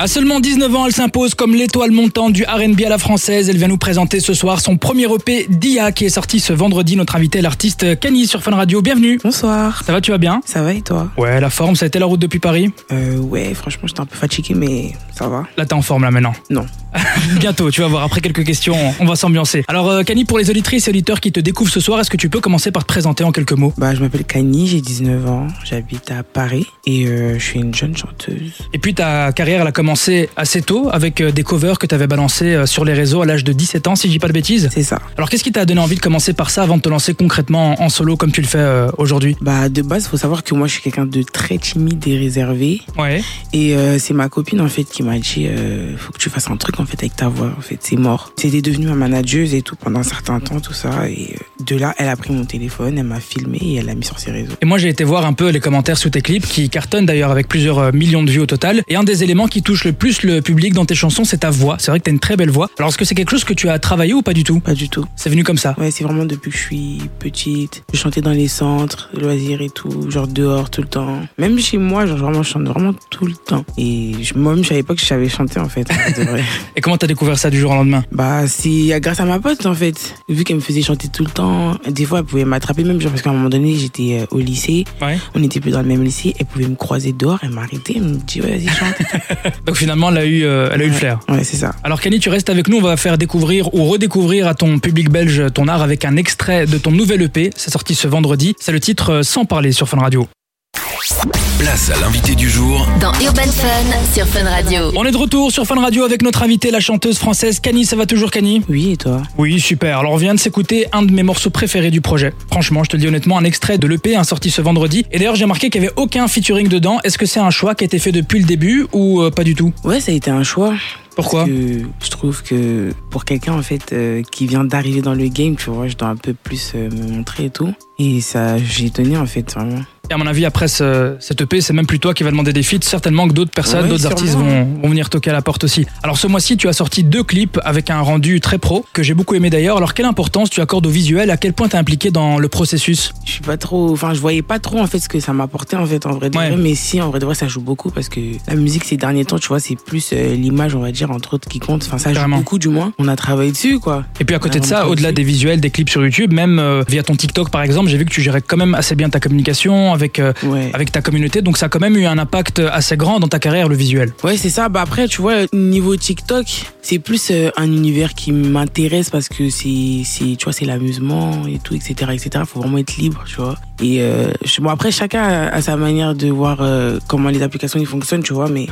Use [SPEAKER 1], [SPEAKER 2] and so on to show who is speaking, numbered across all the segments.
[SPEAKER 1] À seulement 19 ans, elle s'impose comme l'étoile montante du R&B à la française. Elle vient nous présenter ce soir son premier E EP Dia qui est sorti ce vendredi. Notre invité, l'artiste Cani sur Fun Radio. Bienvenue.
[SPEAKER 2] Bonsoir.
[SPEAKER 1] Ça va, tu vas bien
[SPEAKER 2] Ça va et toi
[SPEAKER 1] Ouais, la forme, ça a été la route depuis Paris.
[SPEAKER 2] Euh, ouais, franchement, j'étais un peu fatiguée, mais ça va.
[SPEAKER 1] Là, t'es en forme là maintenant.
[SPEAKER 2] Non.
[SPEAKER 1] Bientôt, tu vas voir. Après quelques questions, on va s'ambiancer. Alors, euh, Cani, pour les auditrices et auditeurs qui te découvrent ce soir, est-ce que tu peux commencer par te présenter en quelques mots
[SPEAKER 2] Bah, je m'appelle Kani, j'ai 19 ans, j'habite à Paris et euh, je suis une jeune chanteuse.
[SPEAKER 1] Et puis, ta carrière, elle a commencé assez tôt avec euh, des covers que t'avais balancés euh, sur les réseaux à l'âge de 17 ans, si je dis pas de bêtises.
[SPEAKER 2] C'est ça.
[SPEAKER 1] Alors, qu'est-ce qui t'a donné envie de commencer par ça avant de te lancer concrètement en en solo comme tu le fais euh, aujourd'hui
[SPEAKER 2] Bah, de base, faut savoir que moi, je suis quelqu'un de très timide et réservé.
[SPEAKER 1] Ouais.
[SPEAKER 2] Et euh, c'est ma copine, en fait, qui m'a dit euh, faut que tu fasses un truc, en fait, avec ta voix. En fait, c'est mort. C'était devenu ma manageuse et tout pendant un certain temps, tout ça. Et euh, de là, elle a pris mon téléphone, elle m'a filmé et elle l'a mis sur ses réseaux.
[SPEAKER 1] Et moi, j'ai été voir un peu les commentaires sous tes clips qui cartonnent d'ailleurs avec plusieurs euh, millions de vues au total. Et un des éléments qui touche le plus le public dans tes chansons, c'est ta voix. C'est vrai que t'as une très belle voix. Alors, est-ce que c'est quelque chose que tu as travaillé ou pas du tout
[SPEAKER 2] Pas du tout.
[SPEAKER 1] C'est venu comme ça.
[SPEAKER 2] Ouais, c'est vraiment depuis que je suis petite. Je chantais dans les centres, loisirs et tout, genre dehors tout le temps. Même chez moi, genre vraiment, je chante vraiment tout le temps. Et je- moi-même, je savais pas que je savais chanter en fait. en fait, de vrai.
[SPEAKER 1] Et comment t'as découvert ça du jour au lendemain
[SPEAKER 2] bah, c'est grâce à ma pote en fait. Vu qu'elle me faisait chanter tout le temps, des fois, elle pouvait m'attraper même, genre parce qu'à un moment donné, j'étais euh, au lycée,
[SPEAKER 1] Ouais.
[SPEAKER 2] on n'était plus dans le même lycée, elle pouvait me croiser dehors, elle m'arrêtait, elle me dit, ouais, vas-y, chante.
[SPEAKER 1] Donc finalement, elle a eu, euh, elle a eu le flair.
[SPEAKER 2] ouais, c'est ça.
[SPEAKER 1] Alors, Kani, tu restes avec nous. On va faire découvrir ou redécouvrir à ton public belge ton art avec un extrait de ton nouvel EP. C'est sorti ce vendredi. C'est le titre euh, Sans parler sur Fun Radio.
[SPEAKER 3] Place à l'invité du jour
[SPEAKER 4] dans Urban Fun sur Fun Radio.
[SPEAKER 1] On est de retour sur Fun Radio avec notre invitée, la chanteuse française Kani. Ça va toujours, Kani
[SPEAKER 2] Oui, et toi
[SPEAKER 1] Oui, super. Alors, on vient de s'écouter un de mes morceaux préférés du projet. Franchement, je te le dis honnêtement, un extrait de l'EP, un sorti ce vendredi. Et d'ailleurs, j'ai remarqué qu'il n'y avait aucun featuring dedans. Est-ce que c'est un choix qui a été fait depuis le début ou euh, pas du tout
[SPEAKER 2] Ouais, ça a été un choix.
[SPEAKER 1] Pourquoi
[SPEAKER 2] Parce que Je trouve que pour quelqu'un en fait euh, qui vient d'arriver dans le game, tu vois, je dois un peu plus euh, me montrer et tout. Et ça, j'ai tenu en fait vraiment.
[SPEAKER 1] Et à mon avis, après ce- cette EP, c'est même plus toi qui va demander des feats. Certainement que d'autres personnes,
[SPEAKER 2] Ouais,
[SPEAKER 1] d'autres
[SPEAKER 2] sûrement.
[SPEAKER 1] artistes vont, vont venir toquer à la porte aussi. Alors ce mois-ci, tu as sorti deux clips avec un rendu très pro que j'ai beaucoup aimé d'ailleurs. Alors quelle importance tu accordes au visuel À quel point t'es impliqué dans le processus
[SPEAKER 2] Je suis pas trop, enfin, je voyais pas trop en fait ce que ça m'apportait en fait en vrai de
[SPEAKER 1] Ouais.
[SPEAKER 2] vrai. Mais si en vrai de vrai, ça joue beaucoup parce que la musique ces derniers temps, tu vois, c'est plus euh, l'image, on va dire entre autres, qui compte. Enfin, ça joue
[SPEAKER 1] Carrément.
[SPEAKER 2] beaucoup du moins. On a travaillé dessus quoi.
[SPEAKER 1] Et puis à côté de
[SPEAKER 2] Ouais,
[SPEAKER 1] ça,
[SPEAKER 2] on
[SPEAKER 1] au-delà
[SPEAKER 2] aussi.
[SPEAKER 1] des visuels, des clips sur YouTube, même euh, via ton TikTok par exemple, j'ai vu que tu gérais quand même assez bien ta communication avec euh,
[SPEAKER 2] Ouais.
[SPEAKER 1] avec ta communauté. Donc ça a quand même eu un impact assez grand dans ta carrière, le visuel.
[SPEAKER 2] Ouais, c'est ça. Bah après, tu vois, niveau TikTok, c'est plus euh, un univers qui m'intéresse parce que c'est, c'est, tu vois, c'est l'amusement et tout, etc., etc. Faut vraiment être libre, tu vois. Et euh, je- bon, après, chacun a, a sa manière de voir euh, comment les applications ils fonctionnent, tu vois. Mais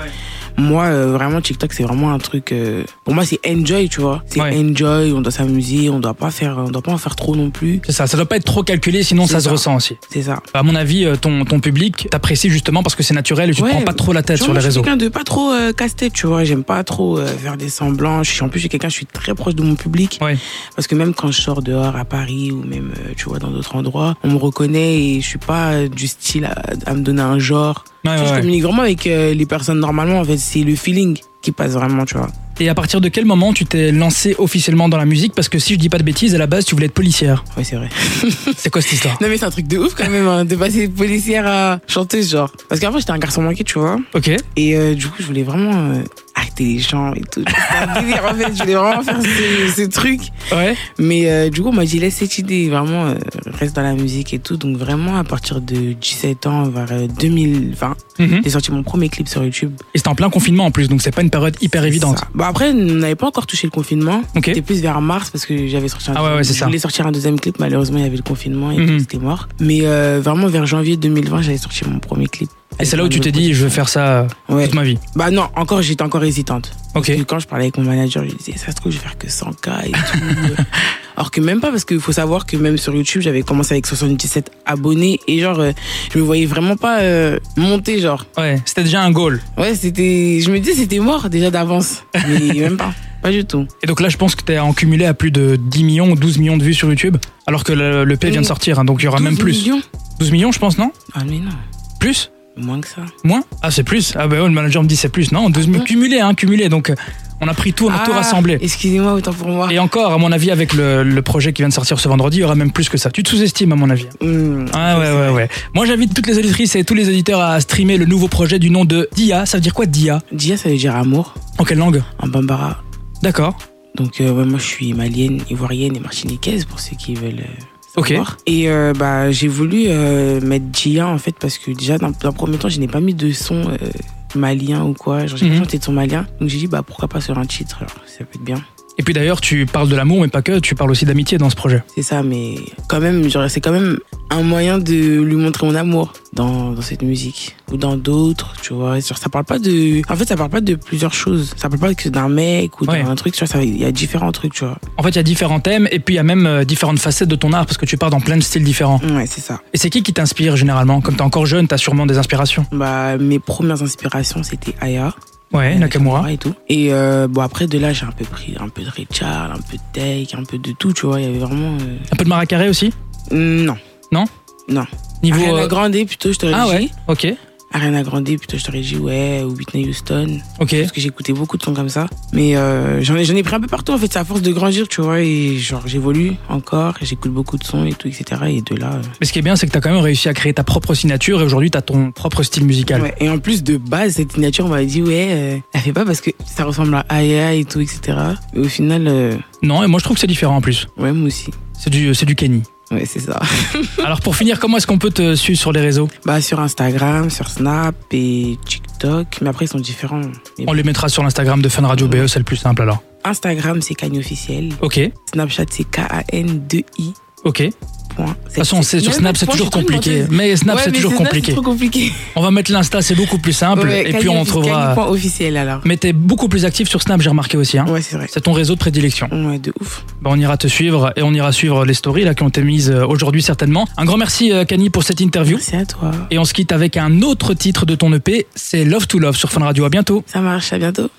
[SPEAKER 2] moi, euh, vraiment, TikTok, c'est vraiment un truc. euh, pour moi, c'est enjoy, tu vois. C'est
[SPEAKER 1] Ouais.
[SPEAKER 2] enjoy. On doit s'amuser. On doit pas faire, on doit pas en faire trop non plus.
[SPEAKER 1] C'est ça, ça doit pas être trop calculé, sinon
[SPEAKER 2] C'est
[SPEAKER 1] ça se
[SPEAKER 2] ça.
[SPEAKER 1] ressent aussi.
[SPEAKER 2] C'est ça.
[SPEAKER 1] À mon avis, euh, ton, ton public t'apprécie justement parce que c'est naturel et tu te
[SPEAKER 2] Ouais,
[SPEAKER 1] prends pas trop la tête
[SPEAKER 2] Tu
[SPEAKER 1] sur les
[SPEAKER 2] vois, moi, je suis
[SPEAKER 1] réseaux.
[SPEAKER 2] quelqu'un de pas trop euh, casse-tête, tu vois. J'aime pas trop euh, faire des semblants. Je suis, en plus, je suis quelqu'un, je suis très proche de mon public.
[SPEAKER 1] Ouais.
[SPEAKER 2] Parce que même quand je sors dehors à Paris ou même, euh, tu vois, dans d'autres endroits, on me reconnaît et je suis pas euh, du style à, à me donner un genre.
[SPEAKER 1] Ouais, Ah
[SPEAKER 2] Tu vois,
[SPEAKER 1] ouais,
[SPEAKER 2] Je
[SPEAKER 1] ouais.
[SPEAKER 2] communique vraiment avec euh, les personnes normalement. En fait, c'est le feeling qui passe vraiment, tu vois.
[SPEAKER 1] Et à partir de quel moment tu t'es lancé officiellement dans la musique Parce que si je dis pas de bêtises, à la base tu voulais être policière.
[SPEAKER 2] Ouais, c'est vrai.
[SPEAKER 1] C'est quoi cette histoire
[SPEAKER 2] Non, mais c'est un truc de ouf quand même, hein, de passer de policière à chanteuse, genre. Parce qu'avant, j'étais un garçon manqué, tu vois.
[SPEAKER 1] Ok.
[SPEAKER 2] Et euh, du coup, je voulais vraiment euh, arrêter les gens et tout. C'était un délire, en fait. Je voulais vraiment faire ce- ce truc.
[SPEAKER 1] Ouais.
[SPEAKER 2] Mais euh, du coup, moi, j'ai laisse cette idée, vraiment, euh, reste dans la musique et tout. Donc, vraiment, à partir de 17 ans vers euh, 2020,
[SPEAKER 1] Mhm.
[SPEAKER 2] j'ai sorti mon premier clip sur YouTube.
[SPEAKER 1] Et c'était en plein confinement en plus, donc c'est pas une période hyper évidente.
[SPEAKER 2] Ça. Bon, après, on n'avait pas encore touché le confinement.
[SPEAKER 1] Ok.
[SPEAKER 2] C'était plus vers mars parce que j'avais sorti un
[SPEAKER 1] Ah ouais, ouais, c'est
[SPEAKER 2] Je
[SPEAKER 1] ça.
[SPEAKER 2] voulais sortir un deuxième clip, malheureusement, il y avait le confinement et tout,
[SPEAKER 1] Mhm.
[SPEAKER 2] c'était mort. Mais euh, vraiment, vers janvier 2020, j'avais sorti mon premier clip.
[SPEAKER 1] Et c'est là où tu t'es dit, je veux faire ça euh,
[SPEAKER 2] Ouais.
[SPEAKER 1] toute ma vie.
[SPEAKER 2] Bah non, encore, j'étais encore hésitante.
[SPEAKER 1] Ok.
[SPEAKER 2] Parce que quand je parlais avec mon manager, je lui disais, ça se trouve, je vais faire que 100K et tout. Alors que même pas, parce qu'il faut savoir que même sur YouTube, j'avais commencé avec 77 abonnés et genre, euh, je me voyais vraiment pas euh, monter, genre.
[SPEAKER 1] Ouais. C'était déjà un goal.
[SPEAKER 2] Ouais, c'était. Je me disais, c'était mort déjà d'avance. Mais même pas. Pas du tout.
[SPEAKER 1] Et donc là, je pense que t'es en cumulé à plus de 10 millions ou 12 millions de vues sur YouTube, alors que le, le P vient de sortir, hein, donc il y aura même
[SPEAKER 2] 12
[SPEAKER 1] plus.
[SPEAKER 2] millions
[SPEAKER 1] 12 millions, je pense, non
[SPEAKER 2] Ah, mais non.
[SPEAKER 1] Plus
[SPEAKER 2] Moins que ça.
[SPEAKER 1] Moins Ah, c'est plus Ah, bah ouais, le manager me dit c'est plus. Non, 12 millions
[SPEAKER 2] bon
[SPEAKER 1] cumulé, hein, cumulé. Donc, On a pris tout, on a tout
[SPEAKER 2] Ah,
[SPEAKER 1] rassemblé.
[SPEAKER 2] Excusez-moi, autant pour moi.
[SPEAKER 1] Et encore, à mon avis, avec le, le projet qui vient de sortir ce vendredi, il y aura même plus que ça. Tu te sous-estimes, à mon avis.
[SPEAKER 2] Hmm.
[SPEAKER 1] Ah ouais, ouais, ouais. Moi, j'invite toutes les auditrices et tous les auditeurs à streamer le nouveau projet du nom de Dia. Ça veut dire quoi, Dia
[SPEAKER 2] Dia, ça veut dire amour
[SPEAKER 1] En quelle langue
[SPEAKER 2] en bambara.
[SPEAKER 1] D'accord.
[SPEAKER 2] Donc, euh, ouais, moi, je suis malienne, ivoirienne et martiniquaise pour ceux qui veulent. euh,
[SPEAKER 1] Ok.
[SPEAKER 2] savoir. Et euh, bah, j'ai voulu euh, mettre Gia en fait parce que déjà, dans dans un premier temps, je n'ai pas mis de son euh, malien ou quoi. Genre, j'ai
[SPEAKER 1] Mhm.
[SPEAKER 2] pas chanté de son malien. Donc, j'ai dit, bah, pourquoi pas sur un titre alors, Ça peut être bien.
[SPEAKER 1] Et puis d'ailleurs, tu parles de l'amour, mais pas que, tu parles aussi d'amitié dans ce projet.
[SPEAKER 2] C'est ça, mais quand même, genre, c'est quand même un moyen de lui montrer mon amour dans, dans cette musique ou dans d'autres, tu vois. Genre, ça parle pas de. En fait, ça parle pas de plusieurs choses. Ça parle pas que d'un mec ou
[SPEAKER 1] Ouais.
[SPEAKER 2] d'un truc, tu vois. ça- Il y a différents trucs, tu vois.
[SPEAKER 1] En fait, il y a différents thèmes et puis il y a même euh, différentes facettes de ton art parce que tu pars dans plein de styles différents.
[SPEAKER 2] Ouais, c'est ça.
[SPEAKER 1] Et c'est qui qui t'inspire généralement Comme t'es encore jeune, t'as sûrement des inspirations.
[SPEAKER 2] Bah, mes premières inspirations, c'était Aya.
[SPEAKER 1] Ouais, Nakamura.
[SPEAKER 2] Et tout. Et euh, bon, après, de là, j'ai un peu pris un peu de Richard, un peu de Tech, un peu de tout, tu vois. Il y avait vraiment. euh,
[SPEAKER 1] Un peu de Maracaré aussi
[SPEAKER 2] Non.
[SPEAKER 1] Niveau.
[SPEAKER 2] Ariana
[SPEAKER 1] euh,
[SPEAKER 2] Grande, plutôt, je t'aurais
[SPEAKER 1] Ah
[SPEAKER 2] dit.
[SPEAKER 1] ouais, ok.
[SPEAKER 2] Ariana Grande, plutôt, je t'aurais dit, ouais, ou Whitney Houston.
[SPEAKER 1] Ok.
[SPEAKER 2] parce que j'écoutais beaucoup de sons comme ça. Mais euh, j'en ai, j'en ai pris un peu partout en fait, c'est à force de grandir, tu vois. Et genre j'évolue encore, et j'écoute beaucoup de sons et tout, etc. Et de là. euh,
[SPEAKER 1] Mais ce qui est bien, c'est que t'as quand même réussi à créer ta propre signature et aujourd'hui t'as ton propre style musical.
[SPEAKER 2] ouais. Et en plus de base, cette signature, on m'avait dit ouais, euh, elle fait pas parce que ça ressemble à Aya et tout, etc. Et au final, euh,
[SPEAKER 1] Non, et moi je trouve que c'est différent en plus.
[SPEAKER 2] ouais, moi aussi.
[SPEAKER 1] C'est du, c'est du Kenny.
[SPEAKER 2] Ouais, c'est ça.
[SPEAKER 1] Alors pour finir, comment est-ce qu'on peut te suivre sur les réseaux
[SPEAKER 2] Bah sur Instagram, sur Snap et TikTok, mais après ils sont différents. Mais
[SPEAKER 1] On les mettra sur l'Instagram de Fun Radio BE, c'est le plus simple alors.
[SPEAKER 2] Instagram c'est Kanye officiel,
[SPEAKER 1] Ok,
[SPEAKER 2] Snapchat c'est K A N 2 I.
[SPEAKER 1] ok. De toute
[SPEAKER 2] Point. De
[SPEAKER 1] façon, c'est- sur Snap c'est toujours compliqué.
[SPEAKER 2] hein,
[SPEAKER 1] Mais Snap c'est toujours
[SPEAKER 2] C'est
[SPEAKER 1] compliqué.
[SPEAKER 2] trop compliqué.
[SPEAKER 1] On va mettre l'Insta, c'est beaucoup plus simple.
[SPEAKER 2] Ouais,
[SPEAKER 1] et puis
[SPEAKER 2] Kanye
[SPEAKER 1] on
[SPEAKER 2] offic-
[SPEAKER 1] trouvera.
[SPEAKER 2] Kanye point officiel alors.
[SPEAKER 1] Mais t'es beaucoup plus actif sur Snap, j'ai remarqué aussi. Hein.
[SPEAKER 2] Ouais, c'est vrai.
[SPEAKER 1] C'est ton réseau de prédilection.
[SPEAKER 2] Ouais, de ouf.
[SPEAKER 1] Bah, on ira te suivre et on ira suivre les stories là qui ont été mises euh, aujourd'hui certainement. Un grand merci euh, Kanye pour cette interview.
[SPEAKER 2] Merci à toi.
[SPEAKER 1] E Et on se quitte avec un autre titre de ton EP, c'est Love to Love sur Fun Radio. À bientôt.
[SPEAKER 2] Ça marche, à bientôt.